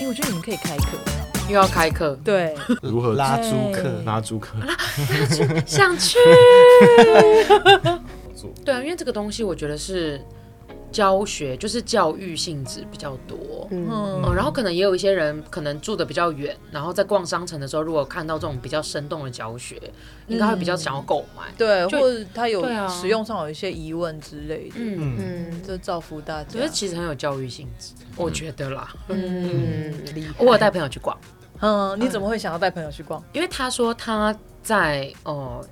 哎，我觉得你们可以开课。又要开课，对，如何拉拉租客拉租客？想去。对啊，因为这个东西我觉得是教学，就是教育性质比较多。嗯，嗯，嗯，然后可能也有一些人可能住的比较远，然后在逛商城的时候，如果看到这种比较生动的教学，应该会比较想要购买。对，就或者他有对啊使用上有一些疑问之类的，嗯，嗯，嗯就造福大可家是。其实很有教育性质，我觉得啦。嗯，厉害我有带朋友去逛，嗯，你怎么会想要带朋友去逛？因为他说他在呃，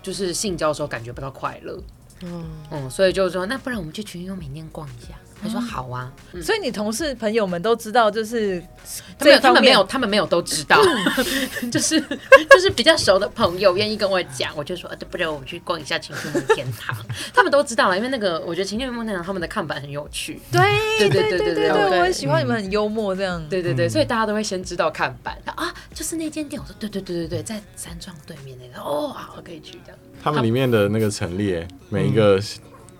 就是性交的时候感觉不到快乐，嗯嗯，所以就说那不然我们去群友缅店逛一下。他说好啊，嗯所以你同事朋友们都知道，就是他们这有他方们面没有，他们没有都 知道，就是就是比较熟的朋友愿意跟我讲，我就说，呃对不然我们去逛一下情趣梦天 堂。他们都知道了，因为那个我觉得情趣梦天堂他们的看板很有趣，对对对对对对对对嗯对，对我很喜欢你们很幽默这样。对对对，嗯所以大家都会先知道看板啊，就是那间店。我说对对对对对，在三庄对面那个，哦，好可以去这样。他们里面的那个陈列，每一个、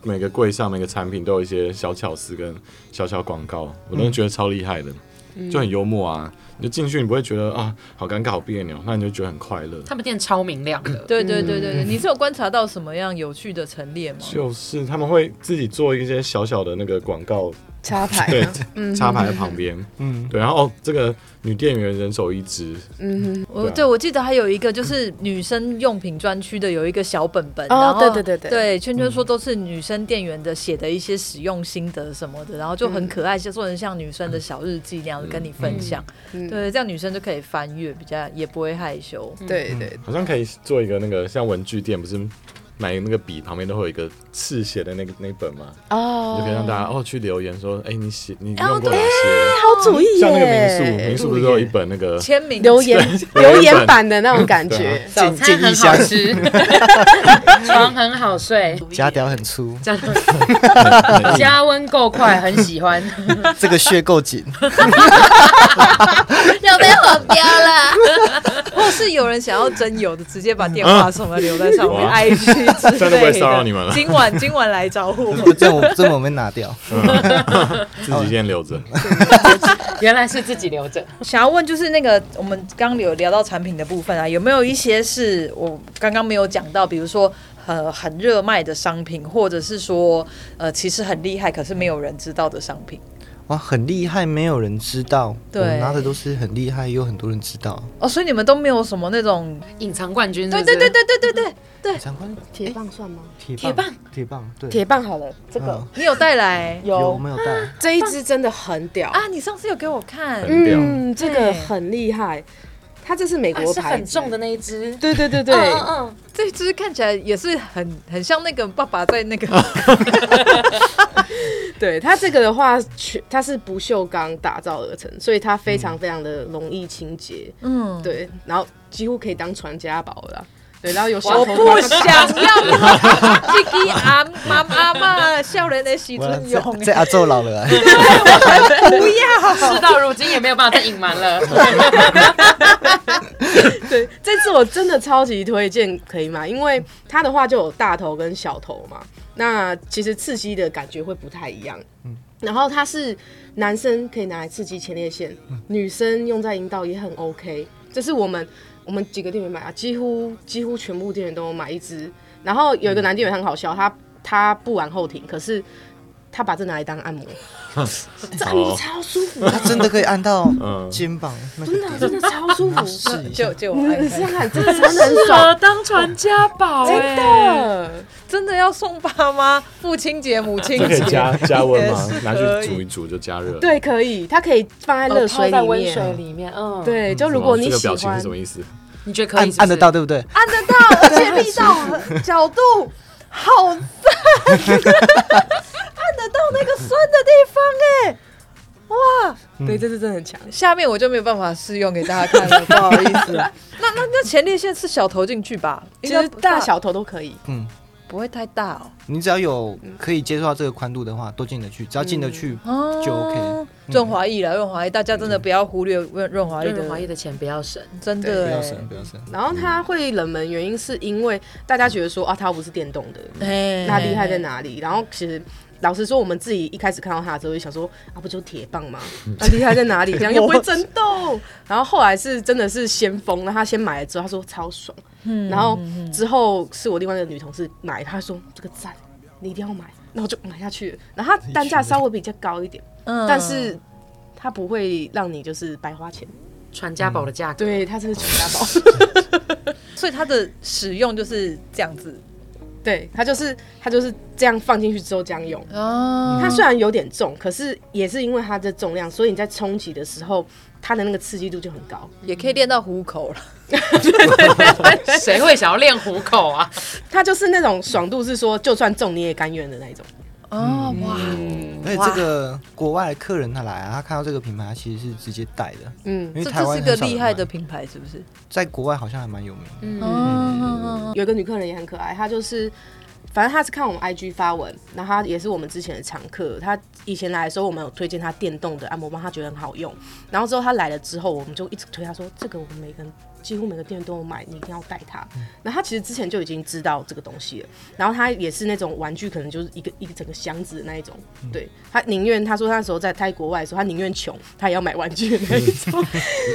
每个柜上每个产品都有一些小巧思跟小小广告，我都觉得超厉害的，嗯就很幽默啊。你就进去，你不会觉得啊好尴尬好别扭，那你就觉得很快乐。他们店超明亮的，对对对对对，嗯你是有观察到什么样有趣的陈列吗？就是他们会自己做一些小小的那个广告，插牌对 啊，，插牌在旁边，嗯，对，然后、哦、这个女店员人手一只，嗯，我对啊对我记得还有一个就是女生用品专区的有一个小本本，哦然后对对对对对，圈圈说都是女生店员的写的一些使用心得什么的，然后就很可爱，就做成像女生的小日记那样子跟你分享，嗯对，这样女生就可以翻阅，比较也不会害羞。对对，好像可以做一个那个像文具店不是买那个笔旁边都会有一个刺写的那个那本嘛，哦你嗯就可以让大家哦去留言说，哎、你写你用过对哪些？好主意耶，像那个民宿，民宿不是都有一本那个签名留言 留言留言板版的那种感 啊觉，早建餐建很议箱好， 吃，床很好睡，夹条很粗，这样加温够快，很喜欢。 这个血够紧，有没有黄标 了？或是有人想要真有的，直接把电话什么留在上面啊哇，IG 之类的。这样就不会骚扰你们了今晚今晚来找我，这我这我们拿掉。自己先留着。原来是自己留着，想要问就是那个我们刚有聊到产品的部分啊，有没有一些是我刚刚没有讲到，比如说呃很热卖的商品，或者是说呃其实很厉害可是没有人知道的商品？哇，很厉害，没有人知道。对我拿的都是很厉害，也有很多人知道。哦，所以你们都没有什么那种隐藏冠军是对不对是对，对对对对，长官，铁棒算吗？铁铁棒，铁棒，对， 铁棒好了，这个嗯你有带来有有我们有带，这一支真的很屌啊？你上次有给我看，很屌 嗯，这个很厉害，它这是美啊国是牌，很重的。那一只。对对对对，嗯嗯这只看起来也是很很像那个爸爸在那个对它这个的话，全它是不锈钢打造而成，所以它非嗯常非常的容易清洁。嗯，对，然后几乎可以当传家宝了啦。对，然后有小我头发不想要这个阿妈阿妈少年的时哇阵这用这阿宙老了啊，不要。嗯，事到如今也没有办法再隐瞒 了。 对，这次我真的超级推荐可以买，因为它的话就有大头跟小头嘛，那其实刺激的感觉会不太一样。然后它是男生可以拿来刺激前列腺，女生用在阴道也很 OK。这是我们我们几个店员买啊，几乎几乎全部店员都有买一支。然后有一个男店员很好笑，他他不玩后庭，可是他把这拿来当按摩，这按摩好哦超舒服，啊 他真的可以按到嗯肩膀那真个的点，真的超舒服。试一下就。就 我你爱这看，样看，真的真的很爽。当传家宝真的，真的要送爸妈 父亲节、母亲这可以节，加加温 吗也是？拿可以去煮一煮就加热。，对，可以，它可以放在热水在里温面。水里面，嗯，，对，就如果你这个喜表情欢是什，么意思？你觉得可按以是不是按得到？对不对？按得到，而且力道、呃角度好 赞，按得到那个酸的地方哎、哇！对，这是真的很强。下面我就没有办法试用给大家看 了，不好意思。那那那前列腺是小头进去吧？其应实该不大小头都可以，嗯，不会太大哦。你只要有可以接受到这个宽度的话，都进得去，只要进得去哦就 OK。嗯润滑液了，润滑液，大家真的不要忽略润润滑液润滑的，液的钱不要省，真不的要欸省，不要省。然后它会冷门，原因是因为大家觉得说啊，它又不是电动的，哎，那厉害在哪里？然后其实。老实说，我们自己一开始看到它的时候，就想说啊，不就铁棒吗？那厉害在 哪里？这样又不会震动。然后后来是真的是先锋，那他先买了之后，他说超爽。然后之后是我另外一个女同事买，她说这个赞，你一定要买。然后我就买下去了。然后它单价稍微比较高一点，嗯但是它不会让你就是白花钱。传家宝的价格。对，它真的是全家宝。所以它的使用就是这样子 对，它就是它就是这样放进去之后这样用。哦它虽然有点重，可是也是因为它的重量，所以你在冲击的时候，它的那个刺激度就很高。也可以练到虎口了，谁会想要练虎口 啊？它就是那种爽度，是说就算重你也甘愿的那一种。嗯哦哇，而且这个国外的客人他来啊，他看到这个品牌，他其实是直接带的，嗯因，为这台这湾是一个很少人厉害的买，嗯品牌，是不嗯是？在国外好像还蛮有名的。哦，有一个女客人也很可爱，她就是。反正她是看我们 IG 发文，然后她也是我们之前的常客。她以前来的时候，我们有推荐她电动的按摩棒，她觉得很好用。然后之后她来了之后，我们就一直推她说，这个我们每个人几乎每个店都有买，你一定要带它。然后她其实之前就已经知道这个东西了，然后她也是那种玩具，可能就是一个一整个箱子的那一种。对她宁愿她说她那时候在泰国外的时候，她宁愿穷，她也要买玩具的那一种。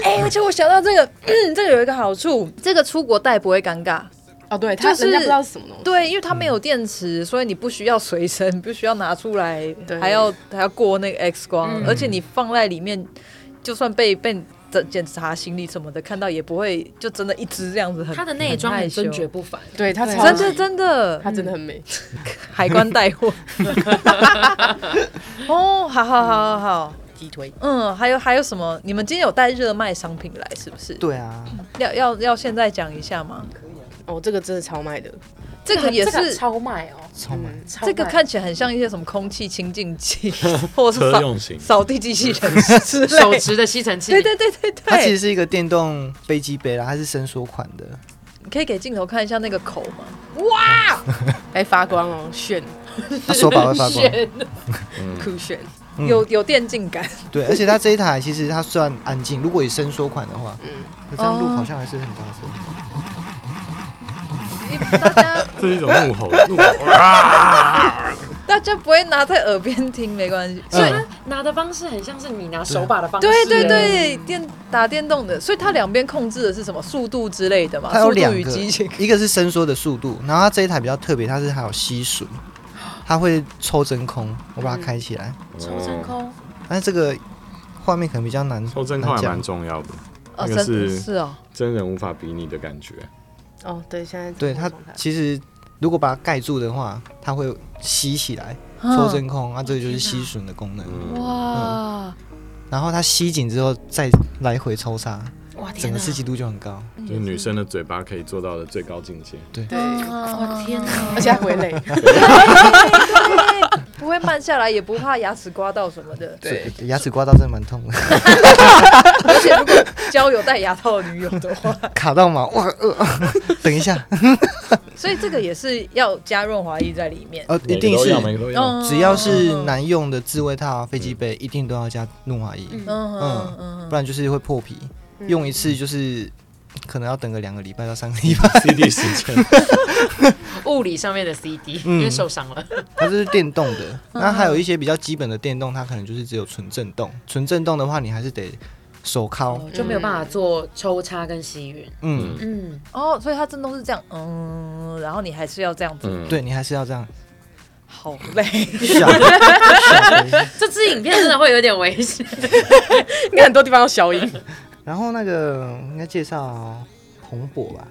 哎、而且我想到这个，嗯这个有一个好处，这个出国带不会尴尬。 哦，对，她就是人家不知道是什么东西。对，因为它没有电池，所以你不需要随 身，不需要拿出来，对还要还要过那个 X 光，而且你放在里面，就算被被检检查行李什么的看到，也不会就真的一只这样子很。它的内装很害很羞尊爵不凡，对，她超真级的真嗯的她真的很美。海关带货。 哦，好好好好好，鸡腿。嗯，还有还有什么？你们今天有带热卖商品来是不是？对啊，要要要现在讲一下吗？哦，这个真的超卖的，这个也是超卖哦，超买。超这个卖看起来很像一些什么空气清净 器，或者是车扫用型扫地机器人之手类的。持的吸尘器，对对对对它其对实，是一个电动飞机杯啦，它是伸缩款的，你可以给镜头看一下那个口吗？哎，发光哦，炫它手把会 发光。炫酷炫，嗯有有电竞感，对，而且它这一台其实它虽然安静，如果以伸缩款的话，嗯那这样录好像还是很大声。哦大家这是一种怒吼，怒吼啊！ 大家不会拿在耳边听，没关嗯系。所以，它拿的方式很像是你拿手把的方式，对对，对，电打电动的，所以它两边控制的是什么速度之类的嘛？它有速两度与个激情，，一个是伸缩的速度，然后它这一台比较特别，它是还有吸吮，它会抽真空，我把它开起嗯来。嗯抽真空，但是这个画面可能比较难，抽真空难还讲蛮重要的，哦，那真个的是是哦，真人无法比拟的感觉。哦，对，现在对这它种状态其实如果把它盖住的话，它会吸起来，嗯抽真空，啊，这个就是吸吮的功能。嗯，哇，然后它吸紧之后再来回抽插，哇整天个哪，刺激度就很高。嗯就是女生的嘴巴可以做到的最高境界。对，哇天哪，而且还回累，哎不会慢下来，也不怕牙齿刮到什么的。对，牙齿刮到真的蛮痛的， 而且如果交友戴牙套的女友的话， 卡到毛，哇，呃、 等一下，所以这个也是要加润滑液在里面。呃，一定哦每个都是要，每个都要。嗯只要是难用的自慰套啊、飞机杯，一定都要加润滑液，嗯嗯嗯不然就是会破皮。用一次就是可能要等个两个礼拜到三个礼拜。 CD 时 间，物理上面的 CD，嗯因为受伤了，它这是电动的，那还有一些比较基本的电动，它可能就是只有纯震动。纯震动的话，你还是得手铐，就没有办法做抽插跟吸吮，嗯，嗯，哦，所以它震动是这样，嗯，然后你还是要这样子，嗯，对你还是要这样好累。 小这支影片真的会有点危险，应该很多地方有小影。然后那个应该介绍红博吧，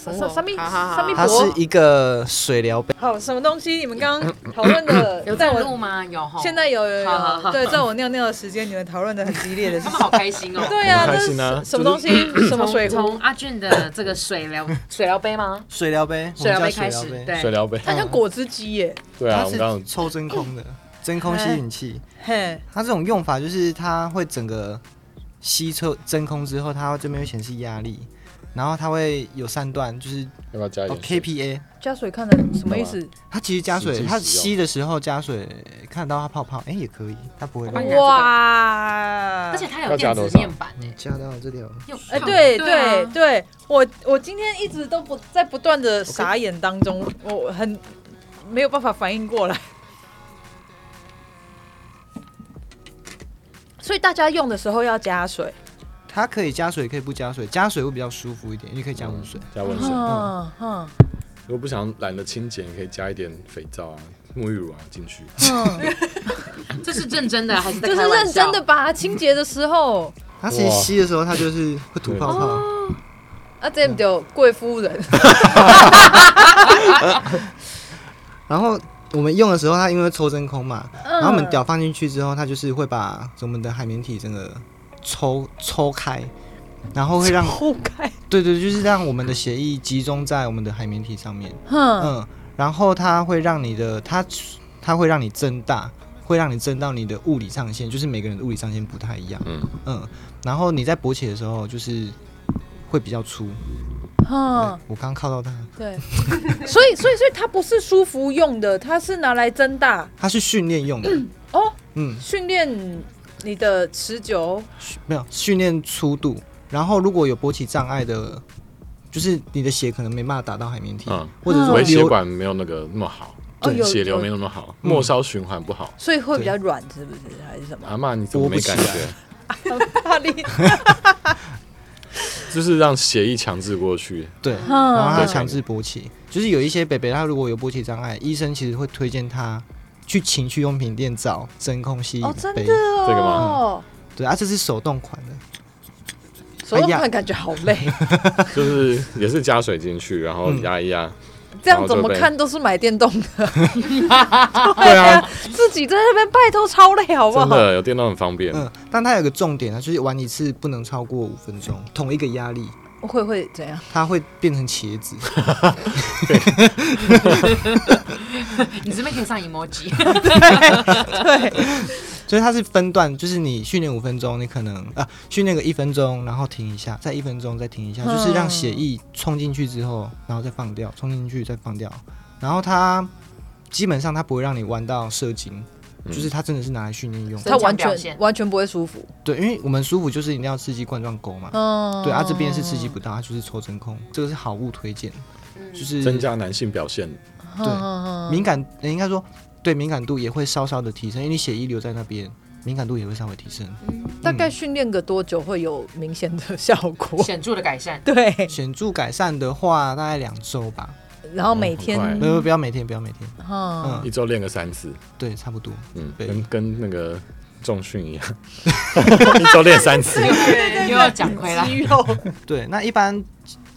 什什什么好好好什么它博？是一个水疗杯，好，什么东西？你们刚刚 讨论的， 有在在我录吗？有哈，现在有有好好有，好对，在我尿尿的时间，你们讨论的很激烈的是他什们好 么？开心哦。对呀，很这开心啊是什么东西？什么水壶从？阿俊的这个水疗 水疗杯吗？水疗杯，我水疗们叫杯水开疗始，杯，水对，疗杯，它像果汁机耶，对啊，它我们刚刚是抽真 空的，真空吸引器，嘿，它这种用法就是它会整个吸抽真空之后，它这边会显示压力，然后它会有三段，就是要不要加一哦点水？ KPA，加水看的什么意思？它其实加实水，际它使用吸哦的时候加水看得到它泡泡，哎、也可以，它不会帮你。漏拿这个哇！而且它有要加电多子少面板诶、加到这里哦，用哎、对对啊对对，我我今天一直都不在不断的傻眼当中，我很没有办法反应过来。所以大家用的时候要加水，它可以加水，也可以不加水，加水会比较舒服一点，因为可以加温水。加温水。哦嗯嗯如果不想懒得清洁，你可以加一点肥皂啊、沐浴乳啊进去。嗯，这是认真的还是在就是开玩认笑真的吧，清洁的时候，它其实哇吸的时候，它就是会吐泡泡。啊，这就贵夫人，然后我们用的时候，它因为会抽真空嘛，嗯然后我们屌放进去之后，它就是会把我们的海绵体整个抽抽开，然后会让后盖，对对，就是让我们的血液集中在我们的海绵体上面，哼，嗯，然后它会让你的它它会让你增大。会让你增到你的物理上限，就是每个人的物理上限不太一样，嗯，嗯，然后你在勃起的时候就是会比较粗。哼对，我刚靠到它，嗯对，所以所以所以它不是舒服用的，它是拿来增大它是训练用的， 哦，嗯，训练你的持久没有训练粗度，然后如果有勃起障碍的，就是你的血可能没办法打到海绵体，嗯或者嗯说微血流管没有那个那么好，哦有血流有嗯没有那么好，末梢循环不好。所以会比较软，是不是？还是什么？阿妈，你怎么没感勃不起觉？大力，就是让血液强制过去，对，然后嗯它强制勃起，就是有一些北北他如果有勃起障碍，医生其实会推荐他去情趣用品店找真空吸哦，引真杯，的哦，这个吗对啊，这是手动款的，手动哎呀看感觉好累，就是也是加水进去，然后压一压。这样怎么看都是买电动的。哦 哎对啊，自己在那边拜托超累， 好不真好？的有电动很方便。嗯，但它有个重点啊，就是玩一次不能超过五分钟，同一个压力。会会怎样？它会变成茄子，你这边可以上 emoji， 对，所以它是分段，就是你训练五分钟，你可能啊训练个一分钟，然后停一下，再一分钟再停一下，嗯就是让血液冲进去之后，然后再放掉，冲进去再放掉。然后它基本上它不会让你玩到射精，嗯就是它真的是拿来训练用。所他以完增强表现全完全不会舒服。对，因为我们舒服就是一定要刺激冠状沟嘛。嗯，对啊，这边是刺激不到，它就是抽真空，这个是好物推荐，就是增加男性表现，嗯，嗯敏感，呃应该说对敏感度也会稍稍的提升，因为你血液留在那边，敏感度也会稍微提升。嗯大概训练个多久会有明显的效果？显著的改善。 对，显著改善的话，大概两周吧。然后每天哦很没有，不要每天，不要每天。哦嗯，一周练个三次，对，差不多。嗯，对跟跟那个重训 一样，一周练三次。对，又要讲回来。肌肉对，那一般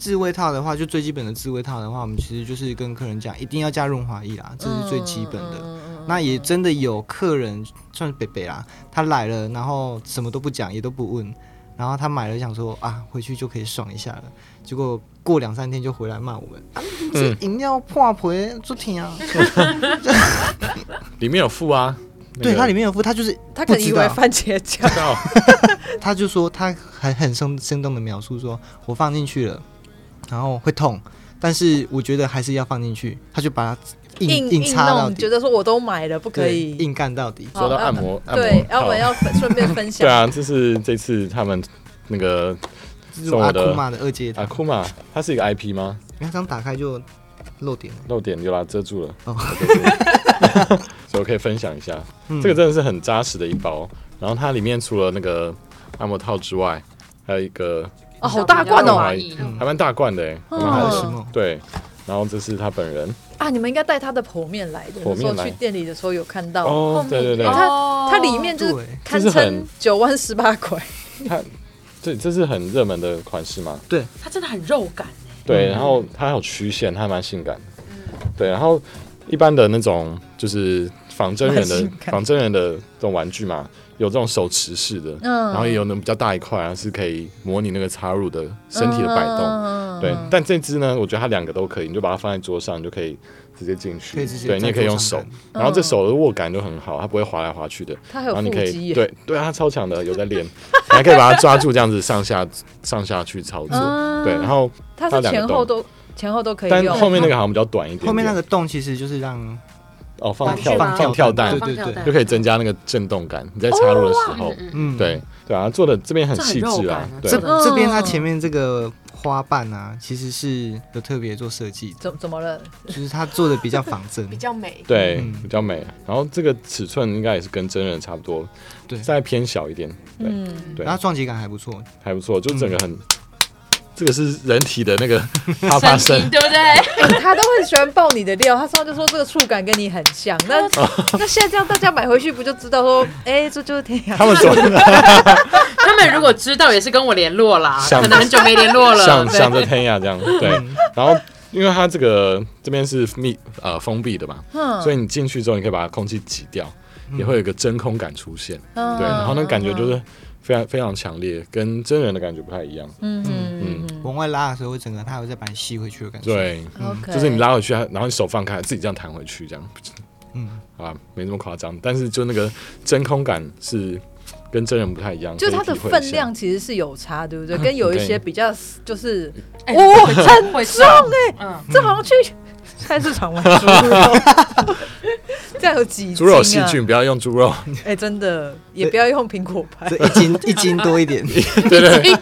自慰套的话，就最基本的自慰套的话，我们其实就是跟客人讲，一定要加润滑液啦，这是最基本的。的。那也真的有客人算是北北啦，他来了，然后什么都不讲，也都不问，然后他买了想说啊，回去就可以爽一下了，结果过两三天就回来骂我 们，啊，这饮料破皮，做甜啊！里面有附啊，对，它里面面有附，他就是他可不能以知为道。番茄酱，到他就说他还很生生动的描述说，我放进去了，然后会痛，但是我觉得还是要放进去，他就把它硬硬插到弄，觉底，得说我都买了，不可对，以。硬啊干到底。说到按摩，按摩对，套要不然要分顺便分享。 对啊，这是这次他们那个这是送我我阿的库玛的二阶阿堂，库玛，它是一个 IP 吗？你看刚打开就漏点了。漏点就把它遮住了，哦 所以我可以分享一下，嗯这个真的是很扎实的一包。然后它里面除了那个按摩套之外，还有一个哦，好大罐小哦朋！友还蛮大罐的哎、我们还还嗯有什么？对，然后这是他本人啊，你们应该带它的剖面来的。剖那时候面来去店里的时候有看到，哦面，对对对，它哦它里面就是对堪这是很称九万十八 块。这这是很热门的款式嘛，它真的很肉感哎、对，嗯然后它还有曲线，它还蛮性感的，对，然后一般的那种就是仿真人蛮的性感仿真人的这种玩具嘛，有这种手持式的，嗯然后也有那种比较大一块啊，是可以模拟那个插入的身体的摆嗯动。动对，但这只呢，我觉得它两个都可以，你就把它放在桌上，你就可以直接进去可以直。接对，你也可以用手在桌上，然后这手的握感就很好，它不会滑来滑去的。它还然有后你嗯腹可肌以耶，对对啊，它超强的，有在练， 你还可以把它抓住，这样子上下上下去操作。嗯对，然后它它是两个前洞后都前后都可以但用，后面那个好像比较短一点点后面那个洞其实就是让哦放玩具跳吗放跳对蛋放对跳蛋对，就可以增加那个震动感，你在插入的时候，嗯嗯，对。对啊，做的这边很这很细肉致啊感啊，对这嗯这边它前面这个花瓣啊，其实是有特别做设计的，怎怎么了？就是它做的比较仿真， 比较美。对嗯比较美。啊然后这个尺寸应该也是跟真人差不多，对再偏小一点，对，嗯，对然后撞击感还不错，还不错，就整个嗯很，这个是人体的 那个啪啪声身体，对不对？他都很喜欢爆你的料，他上次就说这个触感跟你很像，那哦 那现在这样大家买回去不就知道说，哎，这就是天他涯。们说 他们如果知道，也是跟我联络啦，想可能很久没联络了想。想着天涯这样，对。嗯 然后因为它这个这边是密呃封闭的嘛，嗯 所以你进去之后，你可以把空气挤掉，嗯也会有一个真空感出现，嗯对。然后那个感觉就是非常非常强烈，跟真人的感觉不太一样，嗯嗯往外拉的时候，整个它有再把你吸回去的感觉。，对。嗯，OK，就是你拉回去，然后你手放开，自己这样弹回去，这样嗯，啊，没那么夸张。但是就那个真空感是跟真人不太一样，就是它可以的体会一分下量其实是有差，对不对？跟有一些 对比较 就是，哎哇，很会重上哎，嗯，这好像去菜市场买猪肉， 这样有几斤啊猪肉细菌，不要用猪肉， 哎，真的也不要用苹果派这，一斤 一斤多一点，对对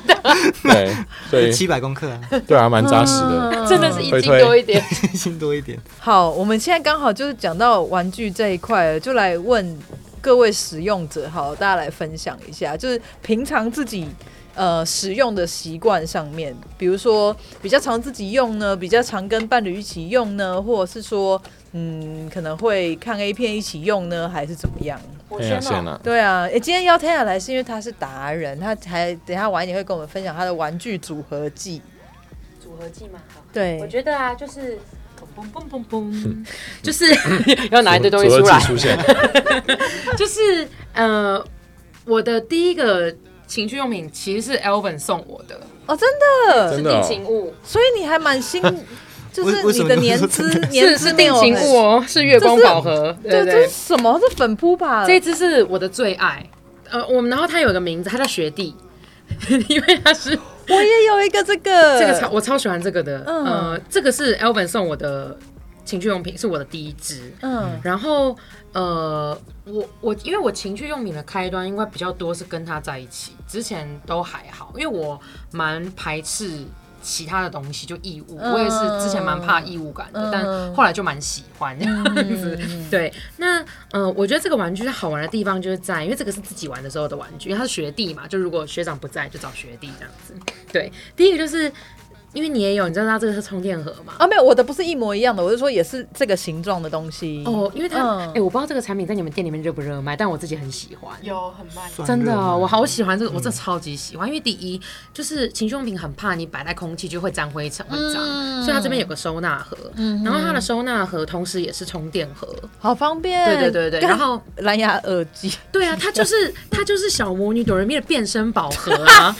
对，所 以七百公 克啊，对啊，蛮扎实嗯的。真的是一推斤推多一点。一斤多一点。好，我们现在刚好就是讲到玩具这一块了，就来问各位使用者，好，大家来分享一下，就是平常自己呃使用的习惯上面，比如说比较常自己用呢，比较常跟伴侣一起用呢，或者是说嗯可能会看 A 片一起用呢，还是怎么样？我天先啊，了先。啊，对啊，诶，今天邀 Tina 来是因为他是达人，他还等一下晚一点会跟我们分享他的玩具组合技。组合技嘛，好对，我觉得啊，就是。 嘣嘣嘣嘣，就是要拿一堆东西左出右来肌，出现，就是呃，我的第一个情趣用品其实是 Elvin 送我的，哦，真的，真的定哦情物，所以你还蛮新，就是为你的年为资什么年是资是没有定很情物，哦，是月光宝盒，对，对这对是。什么？这粉扑吧？这一只是我的最爱，呃，我们然后它有一个名字，它叫学弟， 因为它是我也有一个这个，这个超我超喜欢这个的，呃嗯呃，这个是 Elvin 送我的情趣用品，是我的第一支，嗯然后呃，我我因为我情趣用品的开端应该比较多是跟他在一起，之前都还好，因为我蛮排斥其他的东西，就异物，嗯我也是之前蛮怕异物感的，嗯但后来就蛮喜欢这样子。对，那呃，我觉得这个玩具它好玩的地方就是在，因为这个是自己玩的时候的玩具，因为它是学弟嘛，就如果学长不在，就找学弟这样子。对，第一个就是。因为你也有，你知道这个是充电盒嘛？ 啊，没有，我的不是一模一样的，我是说也是这个形状的东西。哦，因为它，哎、嗯我不知道这个产品在你们店里面热不热卖，但我自己很喜欢。有很 慢，算真的热哦、吗我好喜欢这个，我真的超级喜欢，因为第一就是情趣用品很怕你摆在空气就会沾灰尘，会脏，所以它这边有个收纳盒，然后它的收纳盒同时也是充电盒，好方便。对对对对，干然后蓝牙耳机， 对啊，它就是它就是小魔女哆瑞咪的变身宝盒啊，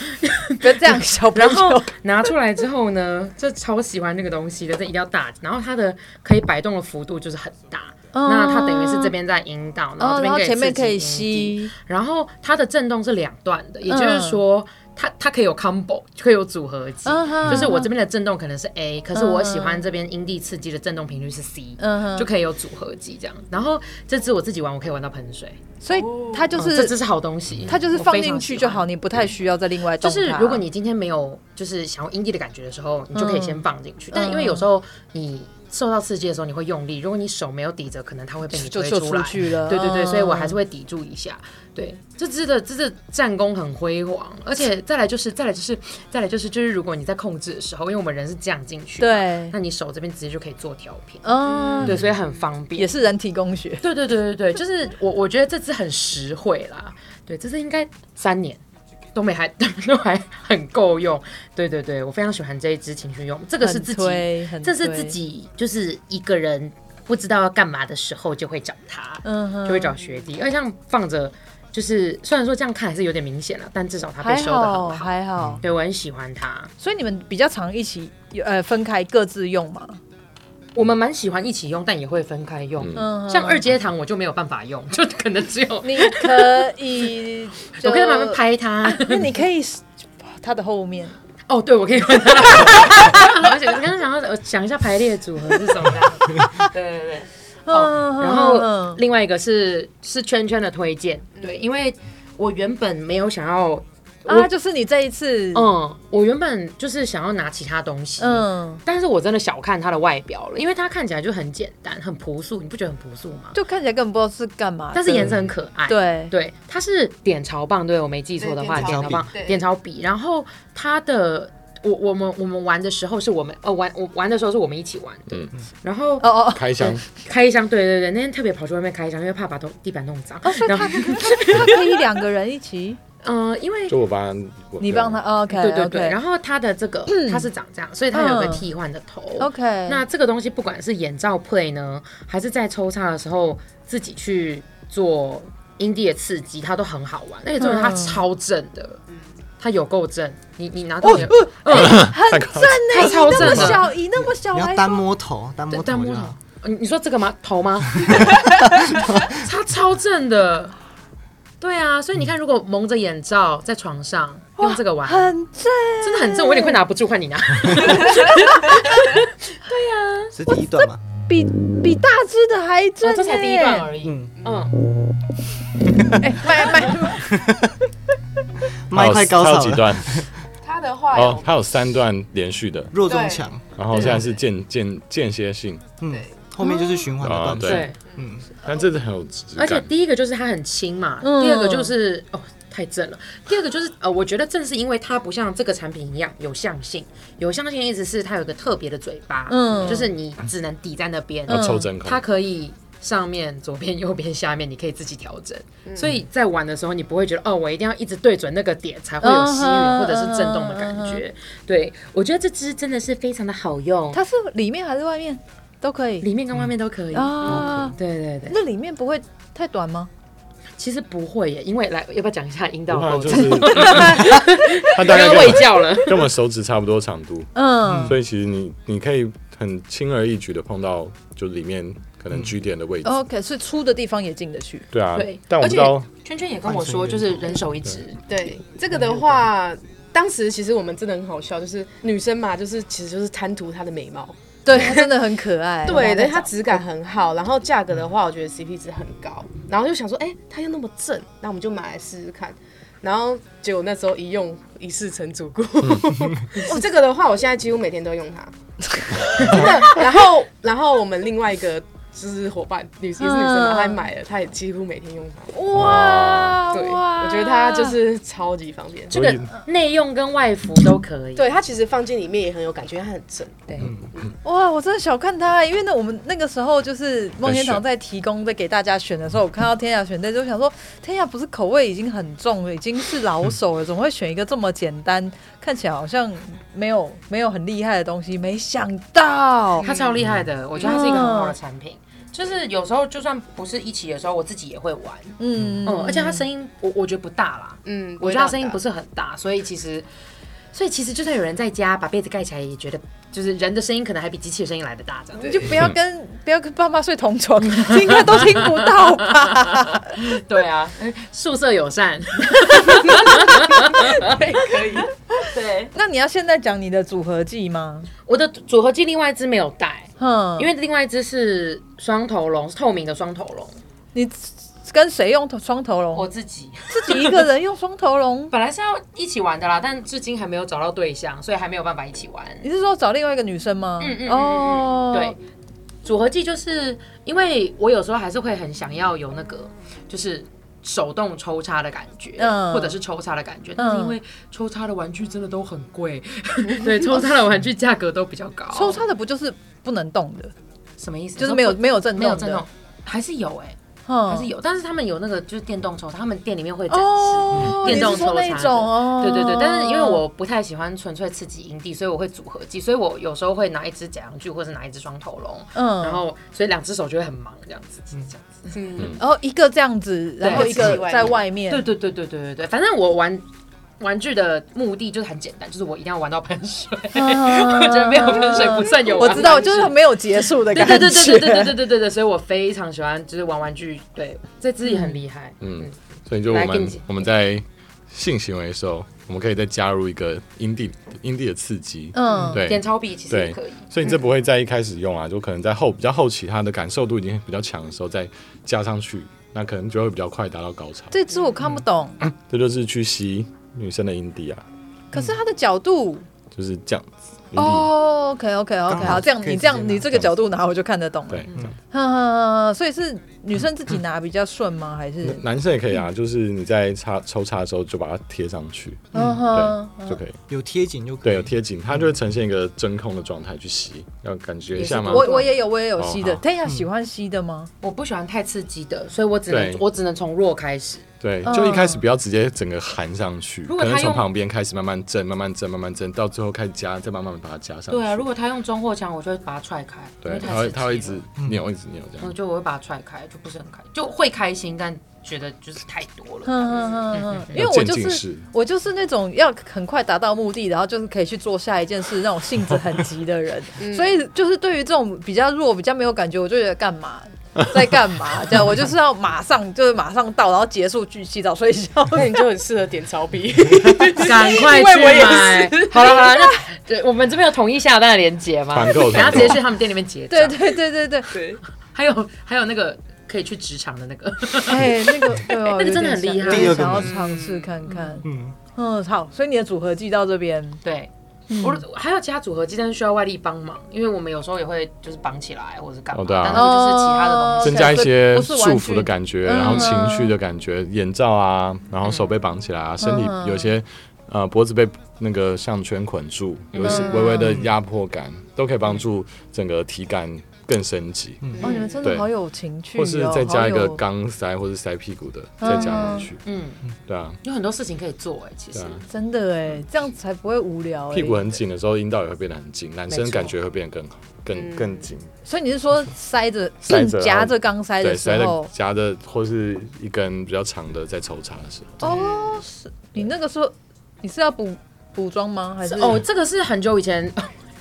不要这样，小朋然后友。 拿出来之后呢，就超喜欢这个东西的，这一定要大，然后它的可以摆动的幅度就是很大。那它等于是这边在引导，然后 哦，然这边后可以前面刺可激以阴蒂吸，然后它的震动是两段的，也就是说，它它可以有 combo，可以有组合技，嗯哼就是我这边的震动可能是 A，可是我喜欢这边阴蒂刺激的震动频率是 C，、嗯哼就可以有组合技这样。然后这支我自己玩，我可以玩到喷水，所以它就哦这支嗯是是好东西，它就是我放非进常去喜就欢好，。你不太需要再另外就动它。是如果你今天没有就是想要阴蒂的感觉的时候，你就可以先放进去。但因为嗯有时候你受到刺激的时候，你会用力，如果你手没有抵着，可能它会被你就推就出出来。去了。对对对，所以我还是会会抵住一下。对，这支的这支战功很辉煌，而且再来就是再来就是再来就是就是如果你在控制的时候，因为我们人是这样进去，，对，那你手这边直接就可以做调频，嗯，对，所以很方便。也是人体工学。对对对对对，就是我我觉得这支很实惠啦，对，这支应该三年。都没还都还很够用，对对对，我非常喜欢这一支情趣用，这个是自己很推很这是推自己就是一个人不知道要干嘛的时候就会找他，嗯哼就会找学弟。而且这样放着，就是虽然说这样看还是有点明显了，但至少他被还修的好很好。嗯还好，对我很喜欢他，所以你们比较常一起呃分开各自用嘛？我们蛮喜欢一起用，但也会分开用。嗯哼，像二阶堂我就没有办法用，就可能只有你可以嗯就， 我可以在旁边拍他。 那你可以他的后面，哦，对，我可以问他。 而且我刚刚想要呃想一下排列组合是什么的。对对对。嗯然嗯后嗯另外一个是是圈圈的推荐，对，因为我原本没有想要，啊，就是你这一次，嗯，我原本就是想要拿其他东西，嗯，嗯，但是我真的小看他的外表了，因为他看起来就很简单，很朴素，你不觉得很朴素吗？就看起来根本不知道是干嘛的，但是颜色很可爱，对，对，它是点潮棒，对我没记错的话，对点点潮潮棒笔对，点潮笔。然后它的，我我们我们玩的时候是我们呃玩我玩的时候是我们一起玩的，嗯然后哦哦，开箱开箱，对对对，那天特别跑去外面开箱，因为怕把东地板弄脏。然后哦他可以两个人一起，嗯、因为就我帮他，我你帮他，OK，对对对，然后后它的这个它是长这样，所以它有个嗯替换的头。 OK，那这个东西不管是眼罩 play 呢，还是在抽插的时候自己去做阴蒂的刺激，它都很好玩。而且重点它嗯超正的，它有够正。你你拿到哦你的，呃太很高正了呢，太以超那正么了小，以那么小你来要单说，摸头，单摸但头摸就什么好。你你说这个吗？头 吗？它超正的。对啊，所以你看，如果蒙着眼罩在床上用这个玩，哦很正，真的很正，我有点快拿不住，换你拿。是第一段嘛？比比大只的还正哦呢， 这才第一段而已。嗯嗯，买买，还麦有快高还有潮几了，段？他的话哦有，他有三段连续的，弱中强，然后现在是间间间歇性，嗯，后面就是循环的啊段对数，对。嗯，但这是很有质而感。且第一个就是它很轻嘛，嗯第二个就是哦太正了，第二个就是呃，我觉得正是因为它不像这个产品一样有向性，有向性的意思是它有一个特别的嘴巴，嗯就是你只能抵在那边，要抽真空它，可以。上面、左边、右边、下面，你可以自己调整，嗯所以在玩的时候，你不会觉得哦，我一定要一直对准那个点才会有吸嗯吮哼嗯或者是震动的感觉。对我觉得这支真的是非常的好用，它它是里面还是外面都可以里面跟外面都可以。啊？对对对，那里面不会太短吗？其实不会耶，因为来要不要讲一下阴道不怕啊构就造？ 是它刚刚大概跟喂我教了。跟我手指差不多长度，嗯，所以其实你你可以很轻而易举的碰到，就里面可能据点的位置。 OK，所以粗的地方也进得去。对啊哦对，，但我而不知且道圈圈也跟我说，就是人手一只，对这个的话，当时其实我们真的很好笑，就是女生嘛，就是其实就是贪图她的美貌，对，它真的很可爱。对的对，，它质感很好，然后价格嗯的话，我觉得 CP 值很高，然后就想说，哎、它又那么正，那我们就买来试试看。然后结果那时候一用一试成主 顾，哦，这个的话，我现在几乎每天都用它，真的。然后然后我们另外一个就是伙伴，女也是女生嘛，嗯她也买了，她也几乎每天用它。哇，对，哇我觉得它就。是超级方便。这个内用跟外服都可以。对，它其实放进里面也很有感觉，它很正。对，哇，我真的小看它，因为呢，我们那个时候就是梦天堂在提供在给大家选的时候，我看到天涯选对，就想说天涯不是口味已经很重了，已经是老手 了，怎么会选一个这么简单，看起来好像没有没有很厉害的东西？没想到，它超厉害的，我觉得它是一个很好的产品。就是有时候就算不是一起的时候，我自己也会玩。嗯嗯，而且它声音我我觉得不大啦，嗯，我觉得它声音不不是很大，所以其实。所以其实就算有人在家把被子盖起来，也觉得就是人的声音可能还比机器的声音来的大，这样你就不要跟不要跟爸妈睡同床，听歌都听不到 吧？ 对啊，宿舍友善，可以。对。那你要现在讲你的组合技吗？我的组合机另外一只没有带，哼，因为另外一只是双头龙，是透明的双头龙。你跟谁用双头我龙？自己自己一个人用双头龙？本来是要一起玩的啦，但至今还没有找到对象，所以还没有办法一起玩。你是说找另外一个女生吗？嗯嗯嗯嗯哦，对，，组合技就是因为我有时候还是会很想要有那个，就是。手动抽插的感觉，嗯或者是抽插的感觉，但是因为抽插的玩具真的都很 贵，对，抽插的玩具价格都比较高。抽插的不就是不能动的，什么意思？就是没有没有震没有动震的动，还是有哎、嗯还是有，但是他们有那个就是电动抽，他们店里面会展示。哦，电动你是说抽那查的种哦，对对对，但是因为我不太喜欢纯粹刺激营地，所以我会组合技，所以我有时候会拿一只假洋锯或者拿一只双头龙，嗯然后所以两只手就会很忙这样子，嗯这样子。然后一个这样子，然后一个在外面，对对对对对对对，反正我玩玩具的目的就是很简单，就是我一定要玩到 喷水，我 觉得没有喷水不算有嗯我玩知道，玩具就是没有结束的对感对觉。对对对对对对对对对，所以我非常喜欢就是玩玩具，对，这只也很厉害，嗯，所以就我来跟们你我们在性行为的时候，我们可以再加入一个阴蒂阴蒂的刺激，嗯，对，点钞币其实也对可以。，所以你这不会在一开始用啊，就可能在后比较后期，它的感受度已经比较强的时候再加上去，那可能就会比较快达到高潮。这只我看不懂，这就是去吸女生的阴蒂啊，可是它的角度就是这样子。阴蒂，哦，OK OK 刚 OK，好好，这样可以你这直接样拿你这个角度拿我就看得懂了。嗯对，这样哼哼哼所以是女生自己拿比较顺吗？还是男男生也可以啊，就是你在插抽插的时候就把它贴上去，嗯哼对，就可以。有贴紧就可对，以。有贴紧，它就会呈现一个真空的状态去吸，要感觉一下吗？我我也有我也有吸的，哦好天下嗯喜欢吸的吗？我不喜欢太刺激的，所以我只能对我只能从弱开始。对，嗯就一开始不要直接整个含上去，如果可能他用从旁边开始慢慢震，慢慢震，慢慢震，到最后开始加，再慢慢把它加上去。对啊，如果他用中货枪，我就会把它踹开，因对，为太它会刺激它会一了直扭，一直扭这我样。就我会把它踹开，就不是很开，就会开心，但觉得就是太多 了。哼哼嗯哼哼，嗯因为嗯要我渐就进是式我就是那种要很快达到目的，然后就是可以去做下一件事那种性子很急的 人，嗯所以就是对于这种比较弱、比较没有感觉，我就觉得干 嘛在干嘛这样，我就是要马上就是马上到，然后结束去洗澡睡觉。 那你就很适合点钞币，赶快去买！好了好了，那对我们这边有统一下单的连接吗？团购然后团直购接去他们店里面结账。对对对对 对，对，还有还有那个可以去职场的那个，哎，那个对哦，那个真的很厉害有点想有点第想二要个尝试看看。嗯，嗯，好，所以你的组合技到这边，对。我还有其他组合技，但是需要外力帮忙，因为我们有时候也会就是绑起来或者干嘛，哦对啊但是就是其他的东西。增加一些 OK，所以不是嗯束玩具缚的感觉，然后情绪的感嗯觉，眼罩啊，然后手被绑起来啊，身体有些呃脖子被那个项圈捆住，嗯有一些微微的压迫感，都可以帮助整个体感更升级，嗯哦，你们真的对好有情趣哦，或是再加一好个有钢塞或是塞屁股的，再加上去，嗯，对啊，有很多事情可以做哎、其对实啊。真的哎，这样才不会无聊哎。屁股很紧的时候，阴道也会变得很紧，男没生错感觉会变得更好，嗯更更紧。所以你是说塞着塞着夹着钢塞对，的时塞候的，夹的或是一根比较长的在抽插的时候，哦，是你那个时候你是要补补妆吗？还是啊哦，这个是很久以前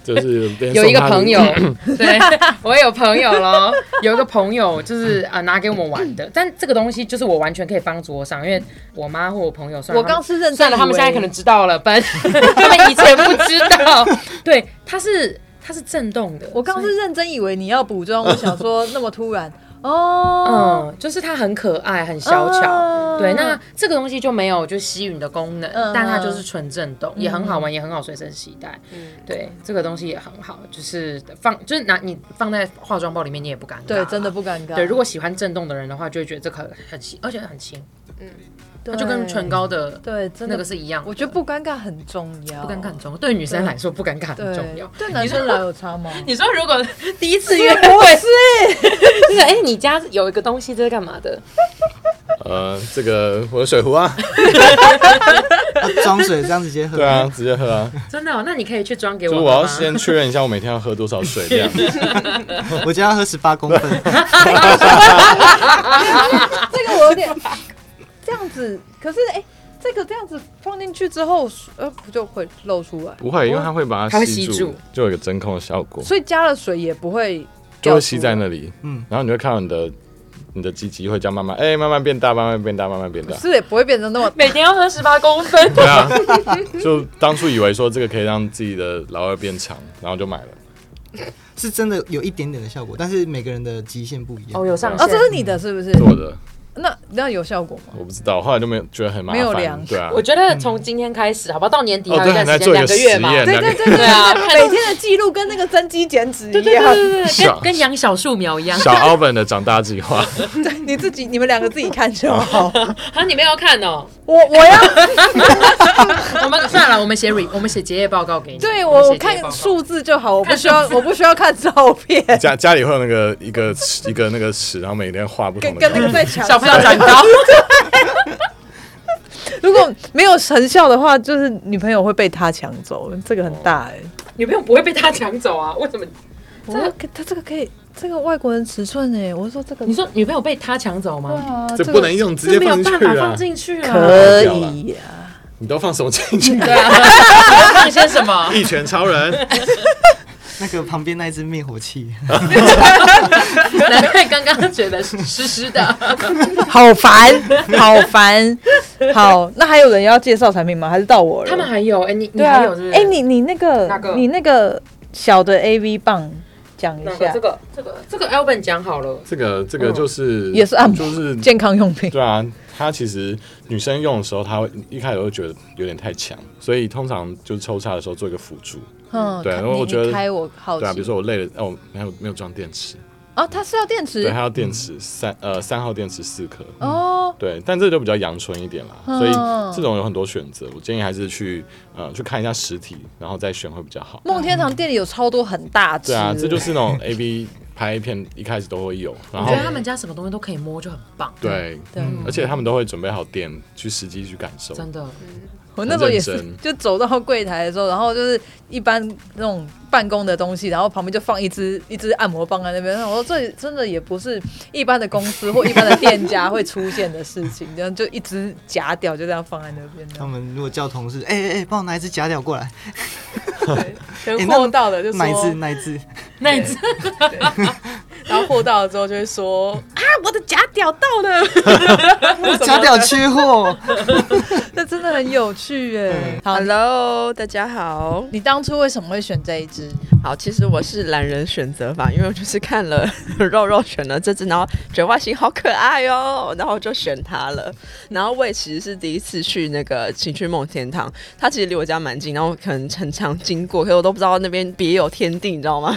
就是 边有一个送他朋友， 对我有朋友咯， 有一个朋友就是啊、呃拿给我们玩的，但这个东西就是我完全可以帮桌上，因为我妈或我朋友，虽然我他们刚是认真算了，他以们为现在可能知道了， 但他们以前不知道。对，它是它是震动的，我刚所以是认真以为你要补 妆，我想说那么突然哦，嗯，就是它很可爱，很小巧。啊对，那这个东西就没有就吸吮的功能，嗯但它就是纯震动，也很好玩，也很好随身携带。对，这个东西也很好，就是放，就是拿你放在化妆包里面，你也不尴尬。对，真的。不尴尬。对，啊如果喜欢震动的人的话，就会觉得这个很很轻，而且很轻，它对就跟唇膏的对真那的个，是一样的。我觉得不尴尬很重要，不尴尬很重要，对女生来说不尴尬很对重要。对男生来有差吗？你说如果第一次约会是， 就是哎，你家有一个东西这是干嘛的？呃，这个我的水 壶啊，啊装水这样直接喝。对啊，，直接 喝啊，真的哦，那你可以去装给就我是吗。我要先确认一下我每天要喝多少水 量， 我今天要喝十 八公分，这个我有点这样子，可是哎、这个这样子放进去之后，呃，不就会漏出来？不会，因为它会把它会它吸吸住住，就有一个真空的效果，所以加了水也不会就掉会出吸在来。那里，嗯嗯，然后你会看到你的你的鸡鸡会这样慢慢，哎，慢慢变大，慢慢变大，慢慢变大，是也不会变 成那么每天要喝十八公分，对啊，就当初以为说这个可以让自己的老二变长，然后就买了。是真的有一点点的效果，但是每个人的极限不一样。哦，有上哦，限。这是你的是不是？做的，那那有效果吗？我不知道，后来就没有觉得很麻没有烦，量对啊我。觉得从今天开始，好吧，到年底哦，还有对，一段还时在做间，两一个个实月嘛，验，对两个对对对对啊看对，每天的记录跟那个增肌减脂对一对对样。对对，是啊跟跟养小树苗一样。小 Alvin 的长大计划，对，你自己你们两个自己看就好。啊，你们要看哦。 我我要 我们算了，我们写 re，我们写结业报告给你。对们我写我结业看报告。数字就好，我不需要 我不需要看照片，家家里会有那个一个一个那个尺，然后每天画不跟同的跟那东个西。在墙小上朋友长高，如果没有成效的话，就是女朋友会被他抢走，这个很大哎、欸。女朋友不会被他抢走啊？为什么？我说他这个可以，这个外国人尺寸哎、我说这个你说女朋友被他抢走吗？啊，这不能用，直这接没有放办进去法啊放！可进去啊。以呀、你都放什么进去？对啊，你放些什么？ 一拳超人，那个旁边那一只灭火器， 难怪刚刚觉得湿湿的。好烦，好烦。好，那还有人要介绍产品吗？还是到我了？他们还有，哎，你你对还啊有是不，是？哎、你你那个哪个你那个小的 A V 棒讲一哪个下，这个这个这个 Alvin 讲好了。这个这个就是也是按摩就是健康用品。对啊，它其实女生用的时候，她会一开始会觉得有点太强，所以通常就是抽插的时候做一个辅助。嗯对看然后我你觉得开我好奇，对啊，比如说我累了，哦，没有没有装电池，哦，它是要电池对，它要电池三呃三号电池四颗。哦，对，但这就比较阳春一点啦，嗯所以这种有很多选择。我建议还是去呃去看一下实体，然后再选会比较好。梦天堂店里有超多很大只，对啊，这就是那种 A B 拍片一开始都会有，然我后觉得他们家什么东西都可以摸，就很棒。，对，对而且他们都会准备好电去实际去感受。真的。我那时候也很是认，就走到柜台的时候，然后就是一般那种办公的东西，然后旁边就放一支一支按摩棒在那边。然后我说这真的也不是一般的公司或一般的店家会出现的事情，这样就一支夹掉就这样放在那边他的。们如果叫同事，哎哎哎，帮我拿一只假屌过来，可哎能那货到了就说，哪一只哪一 只，那一次然后货到了之后就会说啊，我的假屌到了，我 假屌缺货，那真的很有趣耶、好了， Hello，大家好。你当初为什么会选这一支？好，其实我是懒人选择法，因为我就是看了 肉肉选了这只，然后觉得外形好可爱哦，然后我就选它了。然后我也其实是第一次去那个情趣梦天堂，它其实离我家蛮近，然后我可能很常经过，可是我都不知道那边别有天地，你知道吗？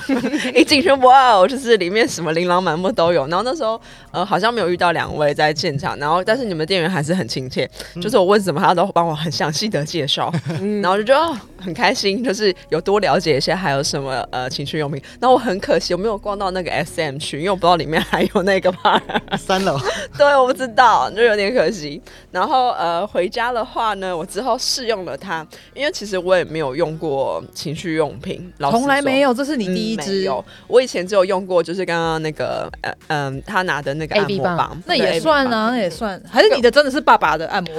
一进去哇哦，就是里面什么琳琅满目都有。然后那时候呃好像没有遇到两位在现场，然后但是你们店员还是很亲切，就是我问什么他都帮我很详细的介绍，然后我就觉得、哦、很开心，就是有多了解一些还有什么呃情趣用品。那我很可惜我没有逛到那个 SM 区，因为我不知道里面还有那个 part。三楼。 对，我不知道，就有点可惜。然后呃，回家的话呢，我之后试用了它，因为其实我也没有用过情趣用品，老实从来说没有，这是你嗯第一没支。有，我以前只有用过，就是刚刚那个呃嗯，他拿的那个 AB 按摩棒棒，那对也 AB 算棒，啊，那也算，还是你的真的是爸爸的按摩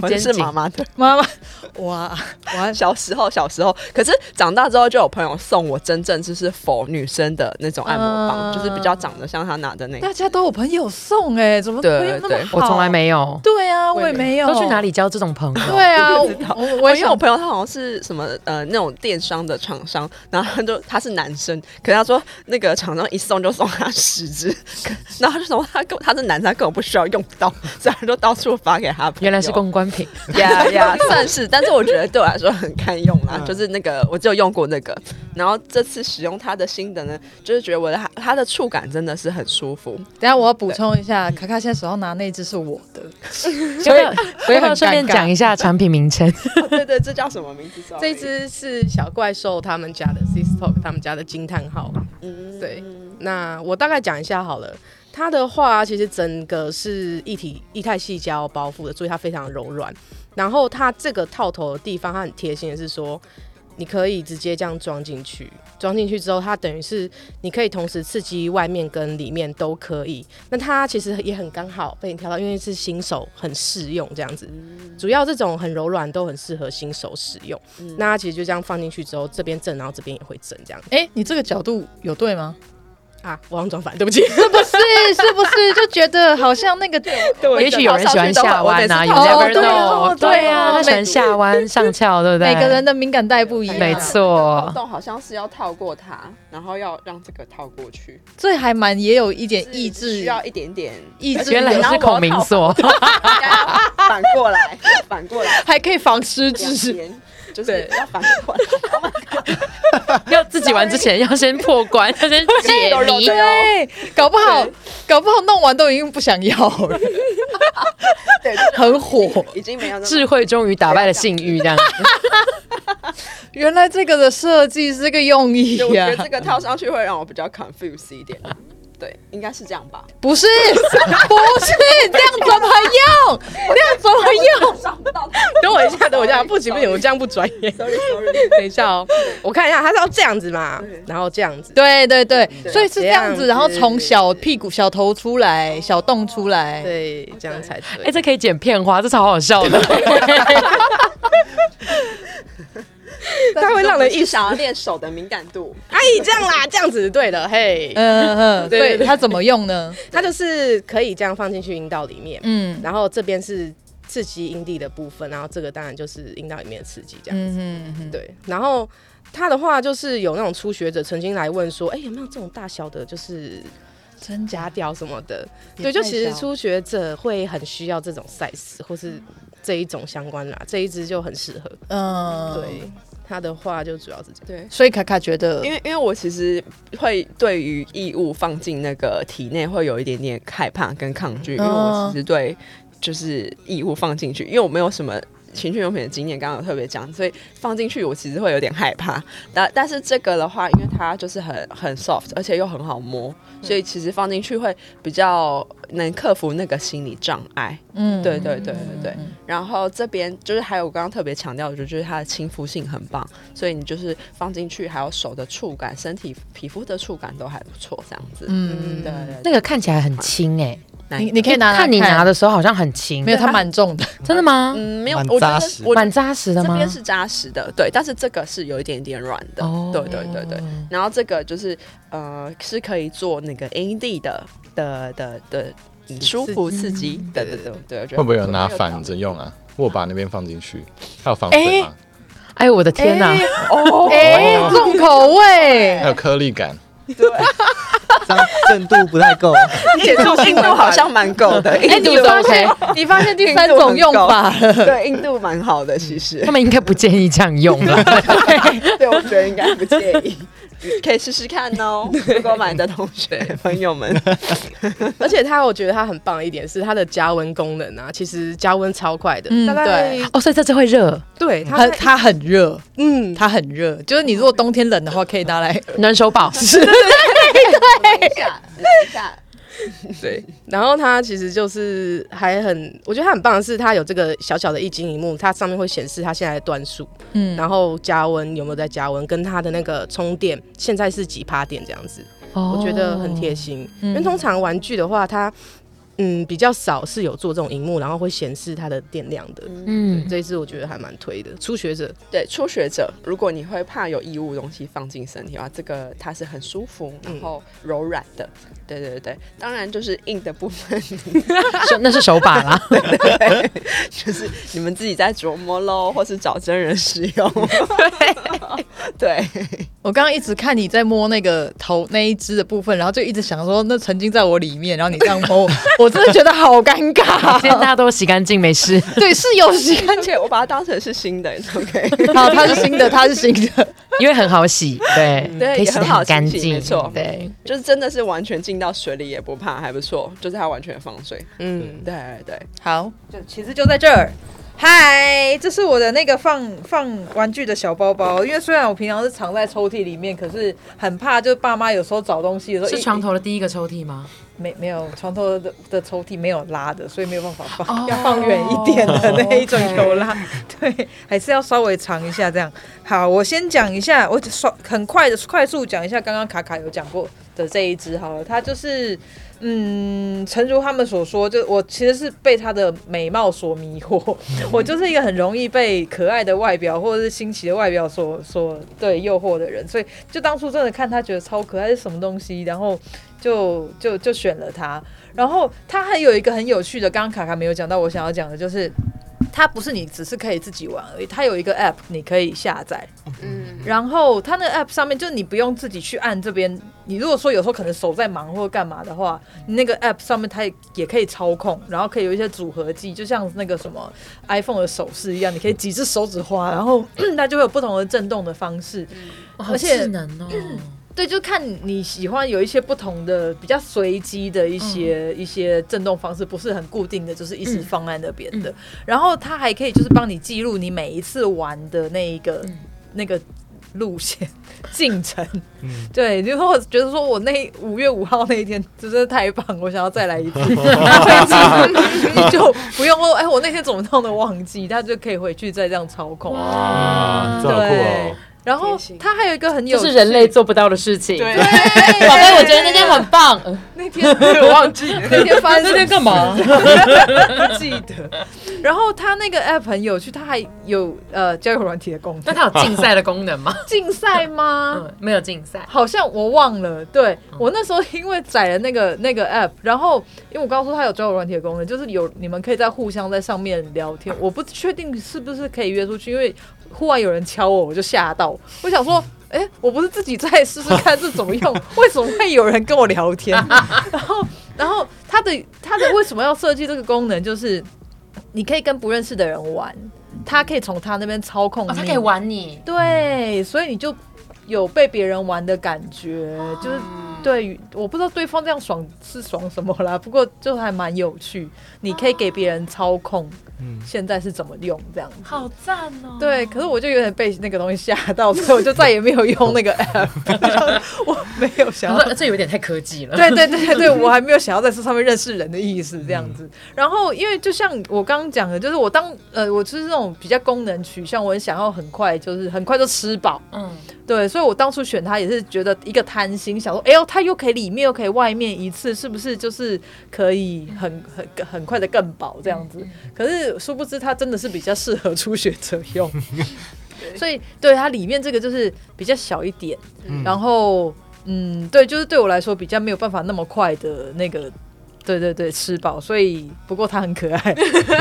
我是肩颈妈妈的。妈妈？ 哇，我还小时候，小时候，可是长大之后就有朋友送我真正就是否女生的那种按摩嗯棒，就是比较长得像他拿的那个大。家都有朋友送哎、怎么对朋友那么对好？啊我从来。没有，对啊，我也没有。都去哪？里交这种朋友？对 啊，我我我我也有想朋友，他好像是什么呃那种电商的厂商，然后他就他是男生，可是他说那个厂商一送就送他十只，可 然后他就说他根他是男生，他根本不需要用到，所以他就到处发给他朋友。原来是公关 品，呀呀，算是，但是我觉得对我来说很堪用啦，嗯就是那个我只有用过那个，然后这次使用它的新的呢，就是觉得我的它它的触感真的是很舒服，等一下我要补充一下，卡卡现在手上拿那只是我的，所以所以很尴尬顺便讲一下产品名称。哦对对，这叫什么名字？这一只是小怪兽他们家的 Sistok 他们家的惊叹号。啊嗯对，那我大概讲一下好了。它的话，其实整个是一体液态细胶包覆的，所以它非常柔软。然后它这个套头的地方，它很贴心的是说，你可以直接这样装进去，装进去之后，它等于是你可以同时刺激外面跟里面都可以。那它其实也很刚好被你挑到，因为是新手很适用这样子。主要这种很柔软都很适合新手使用。那它其实就这样放进去之后，这边震，然后这边也会震这样。哎、你这个角度有对吗？啊，我好像转反，对 不起。是不是？是不 是就觉得好像那个？对也许有人喜欢下弯呐、啊，有我每 never 次都哦 know，对啊对啊，对啊哦他喜欢下弯上翘，对不对？每个人的敏感带不一样，没错活，动好像是要套过它，然后要让这个套过去，这还蛮也有一点意是志需，要一点点，意志原来力是孔明锁，应该要反 过来，反过来，还可以防失两智。边就是要反过 来，要 自己玩之前要先破关，要先解肉肉谜。对哦，对，搞不好，搞不好弄完都已经不想要 了，对，就是很火。已经没有那么智慧终于打败了性欲，这 样子。原来这个的设计是这个用意就我觉啊呀得、这个套上去会让我比较 confuse 一点。对，应该是这样吧。不是，不是，这样怎么 用？这样怎么用？想不到， 等我一下，等 我一下，不行不行，我这样不专 业。 sorry sorry，等一下哦，我看一下，他是要这样子嘛，然后这样子。对对对，所以是这样这样子，子然后从小屁股、小头出来，小洞出来。对，这样才对。哎、这可以剪片花，这超好笑 的。它会让 人一想要练手的敏感度，阿姨这样啦，这样子对了，嘿，嗯嗯，对对对，对它怎么用呢？它就是可以这样放进去阴道里面，嗯然后这边是刺激阴蒂的部分，然后这个当然就是阴道里面的刺激这样子，嗯嗯，对，然后。他的话就是有那种初学者曾经来问说，哎、有没有这种大小的，就是真假夹的，掉什么的？也对，就太其实小初学者会很需要这种 size 或是这一种相关啦，这一支就很适合。嗯，对，，他的话就主要是这样。对。所以卡卡觉得，因为因为我其实会对于异物放进那个体内会有一点点害怕跟抗拒，因为我其实对就是异物放进去，因为我没有什么。情趣用品的经验，刚刚有特别讲，所以放进去我其实会有点害怕。但但是这个的话，因为它就是很很 soft，而且又很好摸，所以其实放进去会比较能克服那个心理障碍。嗯对对对对对。然后这边就是还有我刚刚特别强调的，就是它的亲肤性很棒，所以你就是放进去，还有手的触感、身体皮肤的触感都还不错，这样子。嗯，对对那个看起来很轻 哎、对，你你可以拿看你拿的，的时候好像很轻，没有，它蛮重的，真的吗？嗯没有，蛮我觉扎得实我蛮扎实的这吗？边是扎实的，对，但是这个是有一点点软的，哦对对对对。然后这个就是呃，是可以做那个 AD 的的的的嗯舒服刺激，对对对对，我觉得会不会有拿很反道着用啊？我把那边放进去，还有防水吗？哎，我的天哪、哦，哎，重口味还，有颗粒感，这样正度不太够。理？解度硬度好像蛮够的，哎，硬你度发现你发现第三种用法了，对硬度蛮好的，其实 他们应该不建议这样用了。 对我觉得应该不介意， 可以试试看 哦。如果买的同学朋友 们，而且它，我觉得它很棒的一点是它的加温功能啊，其实加温超快的，嗯大概哦，所以这次会热，对它它在它很热，嗯，它很热，就是你如果冬天冷的话，可以拿来暖手宝。等一下，等一下，对，然后它其实就是还很，我觉得它很棒的是它有这个小小的一晶一幕，它上面会显示它现在的段数，嗯然后加温有没有在加温，跟它的那个充电现在是几趴电这样子，哦我觉得很贴心，嗯因为通常玩具的话，它嗯比较少是有做这种荧幕，然后会显示它的电量的。嗯，这一支我觉得还蛮推的，初学者对初学者，如果你会怕有异物东西放进身体的话，这个它是很舒服，然后柔软的。对对对，当然就是硬的部分， 手那是手把 啦。就是你们自己在琢磨 喽，或是找真人使用。 对，我刚刚一直看你在摸那个头那一只的部分，然后就一直想说，那曾经在我里面，然后你这样 摸我，我真的觉得好尴今天大尬。家都洗干净，没事。对，是有洗干而且我把它当成是新的，OK。净，好，它是新的，它是新的，因为很好洗，嗯对，对可以也洗得很好干清洗净，没错对，就是真的是完全进到水里也不怕，还不错，就是它完全防水。嗯，对对，好，就其实就在这儿。嗨，这是我的那个放放玩具的小包包，因为虽然我平常是藏在抽屉里面，可是很怕，就爸妈有时候找东西的时候，是一床头的第一个抽屉吗？没没有床头的的抽屉没有拉的，所以没有办法放，哦要放远一点的那一种有拉。对，还是要稍微藏一下这样。好，我先讲一下，我刷很快的快速讲一下，刚刚卡卡有讲过的这一支好了，它就是嗯，诚如他们所说，就我其实是被她的美貌所迷惑，我就是一个很容易被可爱的外表或者是新奇的外表所所对诱惑的人，所以就当初真的看她觉得超可爱是什么东西，然后就就就选了它。然后它还有一个很有趣的，刚刚卡卡没有讲到，我想要讲的就是。它不是你只是可以自己玩而已，它有一个 app 你可以下载，嗯，然后它那个 app 上面，就你不用自己去按这边。你如果说有时候可能手在忙或干嘛的话，你那个 app 上面它也可以操控，然后可以有一些组合技，就像那个什么 iPhone 的手势一样，你可以几只手指滑，然后 它就会有不同的震动的方式。而哇好且智能哦。对，就看你喜欢有一些不同的、比较随机的一些、一些震动方式，不是很固定的，就是一直放在那边的。然后它还可以就是帮你记录你每一次玩的那一个、那个路线进程。嗯对，如果我觉得说我那五月五号那一天真的太棒，我想要再来 一次，然后你就不用说哎，我那天怎么弄的忘记，它就可以回去再这样操控。哇，这好酷对哦！，然后贴心它还有一个很有这趣，是人类做不到的事情。 对，宝 贝，我觉得那天很棒。 那天我忘记那天发生 那天干嘛？不记得。然后它那个 app 很有趣，它还有呃交友软体的功 那 能。它有竞赛的功能吗？竞赛吗？ 嗯，没有竞赛。好像我忘了。对嗯我那时候因为载了那个那个 app，然后因为我刚刚说它有交友软体的功能，就是有你们可以在互相在上面聊 天。我不确定是不是可以约出去，因为忽然有人敲我，我就吓到，我想说。嗯哎、我不是自己再试试看是怎么 用，为什么会有人跟我聊天？然后，然后它的它的为什么要设计这个功能？就是你可以跟不认识的人玩，他可以从他那边操控你、哦，它可以玩你。对，所以你就有被别人玩的感觉，就是对于我不知道对方这样爽是爽什么啦，不过就还蛮有趣，你可以给别人操控嗯，现在是怎么用这样子。好赞哦！对，可是我就有点被那个东西吓到，所以我就再也没有用那个 app，我 没有想然要 后这有点太科技了。对对对对，我还没有想要在这上面认识人的意思，这样子。然后，因为就像我刚刚讲的，就是我当呃，我就是那种比较功能取向，我很想要很快，就是很快就吃饱。嗯，对，所以我当初选它也是觉得一个贪心，想说，哎呦，它又可以里面又可以外面一次，是不是就是可以很很很快的更饱这样子？可是殊不知它真的是比较适合初学者用， 所以对它里面这个就是比较小一点，嗯然后嗯，对，就是对我来说比较没有办法那么快的那个。对对对，吃饱，所以不过它很可爱，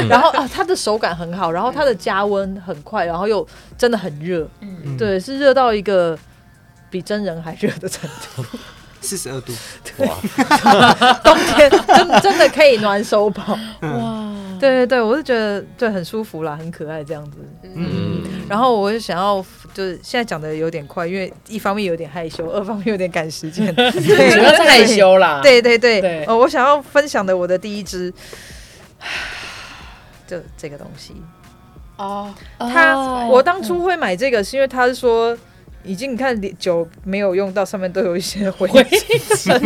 然后啊，它的手感很好，然后它的加温很快，然后又真的很热，嗯，对，是热到一个比真人还热的程度。四十二度，冬天真真的可以暖手宝。哇，对对对，我是觉得对很舒服啦，很可爱这样子。嗯，然后我就想要，就是现在讲的有点快，因为一方面有点害羞，二方面有点赶时间。对主要是害。羞啊啦。对对对对对，哦，我想要分享的我的第一支。 就这个东西，哦，它、我当初会买这个，是因为他是说，已经你看连酒没有用到，上面都有一些灰尘。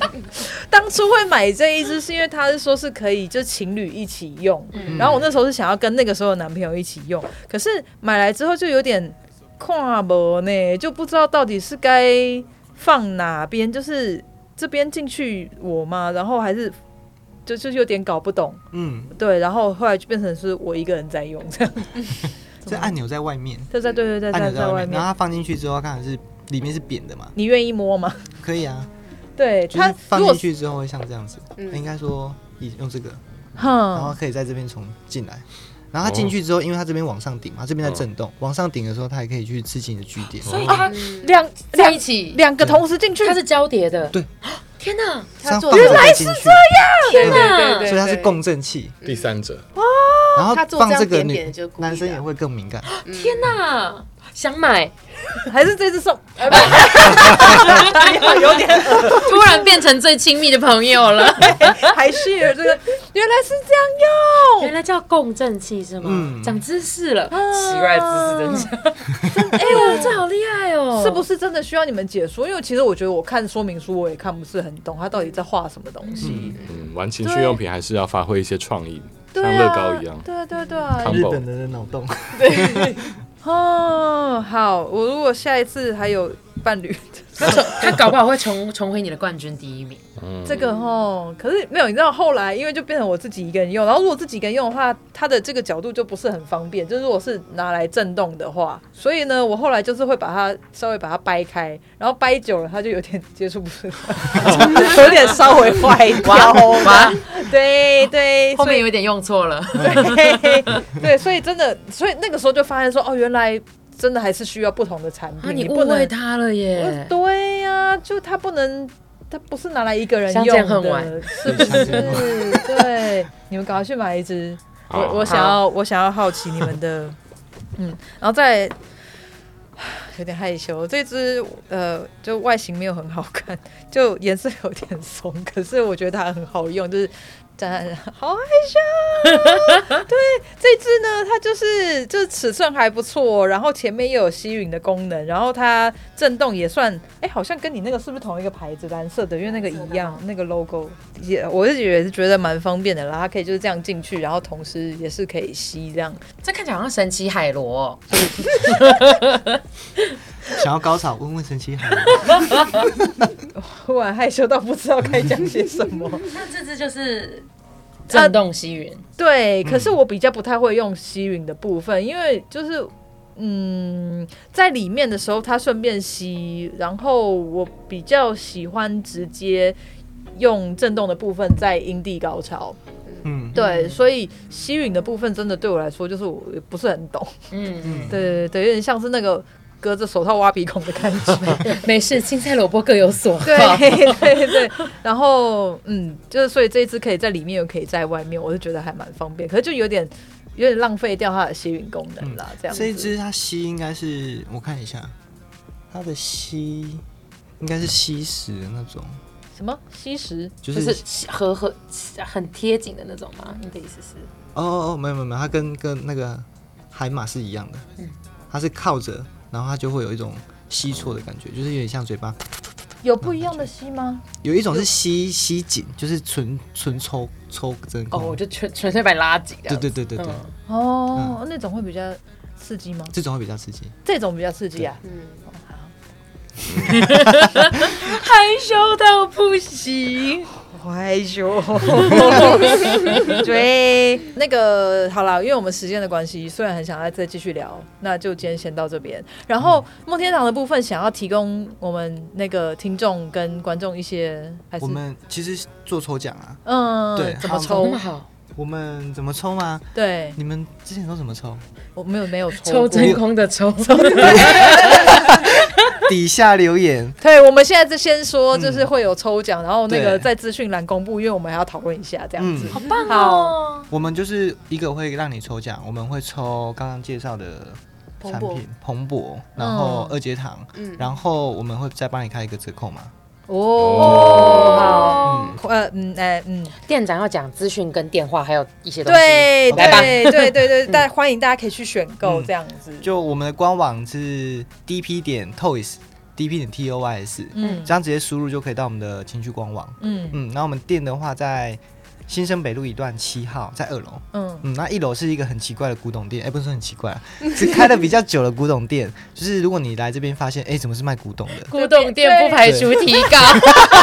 当初会买这一支是因为他是说是可以就情侣一起用，嗯然后我那时候是想要跟那个时候的男朋友一起用，可是买来之后就有点跨博呢，就不知道到底是该放哪边，就是这边进去我吗？然后还是就就有点搞不懂，嗯，对，然后后来就变成是我一个人在用 这样，这按钮在外面，就在对对对按在钮在在外外面，面然后，它放进去之后，看是里面是扁的嘛，你愿意摸 吗？可以啊，对就是它放如果进去之后会像这样子，嗯应该说以用这个，然后哼，可以在这边从进来。然后它进去之后，因为它这边往上顶嘛，这边在震动，往上顶的时候，它还可以去刺激你的据点。所以它两在两一起，两个同时进去，它是交叠的。对，天哪！它做原来是这样，天对，哪！所以它是共振器。第三者，然后它做放这样这个扁女扁的就故意的男生也会更敏感。天哪！想买，还是这次送？突然变成最亲密的朋友了。 还是这个原来是这样 原用。来叫共振器是吗嗯？长知识了，啊奇怪的知识增加。 哎呦，这好厉害哦！是不是真的需要你们解说？因为其实我觉得我看说明书我也看不是很懂，他到底在画什么东西。嗯，嗯，玩情趣用品还是要发挥一些创意，像乐高一样。嗯对啊对对啊。 Combo 日本人的脑洞，哦，好，我如果下一次还有伴侣， 他重他搞不好会重重回你的冠军第一名。这个哦，可是没有，你知道后来因为就变成我自己一个人用，然后如果自己一个人用的话，它的这个角度就不是很方便，就是如果是拿来震动的话，所以呢，我后来就是会把它稍微把它掰开，然后掰久了它就有点接触不 顺，有点稍微坏掉哇了，对对，后所以面有一点用错了，对 对，所以真的，所以那个时候就发现说，哦，原来真的还是需要不同的产品，啊，你误不会能，他了耶呃。对呀、就它不能，它不是拿来一个人相用见恨晚的，是不是？对，你们赶快去买一支，我我想要，我想要好奇你们 的，嗯，然后再。 有点害羞，这支呃，就外形没有很好看， 就颜色有点怂，可是我觉得它很好用，就是站在那好害羞。这支呢，它就是就是尺寸还不错，然后前面又有吸吮的功能，然后它震动也算，哎，好像跟你那个是不是同一个牌子？蓝色的，因为那个一样，那个 logo 也，我是也是觉得蛮方便的啦。它可以就是这样进去，然后同时也是可以吸这样。 这看起来好像神奇海螺哦，想要高潮，问问神奇海。突然害羞到不知道该讲些什么。 那这只就是震动吸云，对，可是我比较不太会用吸吮的部分，因为就是嗯，在里面的时候它顺便吸，然后我比较喜欢直接用震动的部分在阴蒂高潮。嗯，对，所以吸吮的部分真的对我来说就是我不是很懂。对嗯，对对，有点像是那个隔着手套挖鼻孔的感 觉。没事，青菜萝卜各有所好。对对对，然后嗯，就是所以这一支可以在里面，又可以在外面，我就觉得还蛮方便，可是就有点有点浪费掉它的吸吮功能啦，这样子。这一支它吸应该是我看一下，它的吸应该是吸食的那种，什么吸食？就就是是和和很贴紧的那种吗？你的意思是？哦哦哦，没有没有没有，它跟跟那个海马是一样的，嗯它是靠着，然后它就会有一种吸错的感觉，就是有点像嘴巴，有不一样的吸吗？有一种是吸吸紧，就是纯纯抽抽真哦，空。我就纯纯粹把你拉紧这对样对子。对对对，嗯哦，那种会比较刺激吗？这种会比较刺激。这种比较刺激啊。害羞到不行。害羞。对，那个好了，因为我们时间的关系，虽然很想要再继续聊，那就今天先到这边。然后梦天堂的部分，想要提供我们那个听众跟观众一些，还是我们其实做抽奖啊，嗯，对怎么那抽么？好，我们怎么抽吗？对，你们之前都怎么抽？我没有没有抽抽过。真空的抽，底下留言， 对，我们现在就先说，就是会有抽奖，然后那个对在资讯栏公布，因为我们还要讨论一下这样子。嗯好棒 哦！我们就是一个会让你抽奖，我们会抽刚刚介绍的彭产博品彭博，然后二阶堂，嗯然后我们会再帮你开一个折扣嘛。哦，好，呃，嗯，哎，嗯，店长要讲资讯跟电话，还有一些东西。对来吧对对对对，大欢迎大家可以去选购嗯这样子。就我们的官网是 dp 点 toys，dp 点 t o y s，嗯这样直接输入就可以到我们的情趣官网。嗯嗯，那我们店的话在新生北路一段七号，在二楼。嗯嗯，那一楼是一个很奇怪的古董店，哎、不是说很奇怪、啊，是开的比较久的古 董店。就是如果你来这边发现，哎、怎么是卖古董的？古董店不排除提高。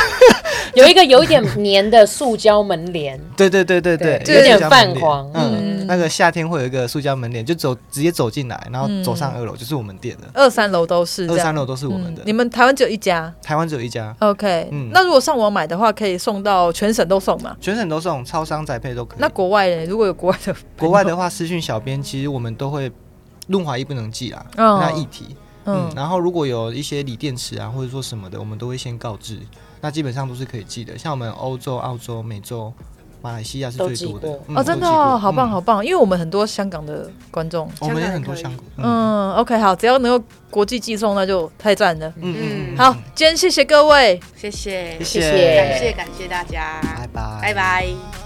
有一个有一点黏的塑胶门帘，对对对对对，对一有个点塑胶泛门帘黄嗯，嗯那个夏天会有一个塑胶门帘，就走直接走进来，然后走上二楼、就是我们店的，二三楼都嗯是这二样，三楼都是我们的。嗯你们台湾只有一家台湾只有一家， ，OK？嗯那如果上网买的话，可以送到全省都送嘛？全省都送，超商宅配都可以。那国外呢？如果有国外的，国外的话，私讯小编，其实我们都会润滑液不能寄啦，哦那议题。嗯嗯，，然后如果有一些锂电池啊，或者说什么的，我们都会先告知。那基本上都是可以寄的，像我们欧洲、澳洲、美洲、马来西亚是最多都寄的过。嗯哦，真的都寄哦，过好棒嗯好棒，因为我们很多香港的观众，我们有很香港多也可以香港。嗯嗯，OK，好，只要能够国际寄送，那就太赞了。嗯嗯，好，今天谢谢各位。谢谢谢，谢谢，感谢感谢大家，拜拜，拜拜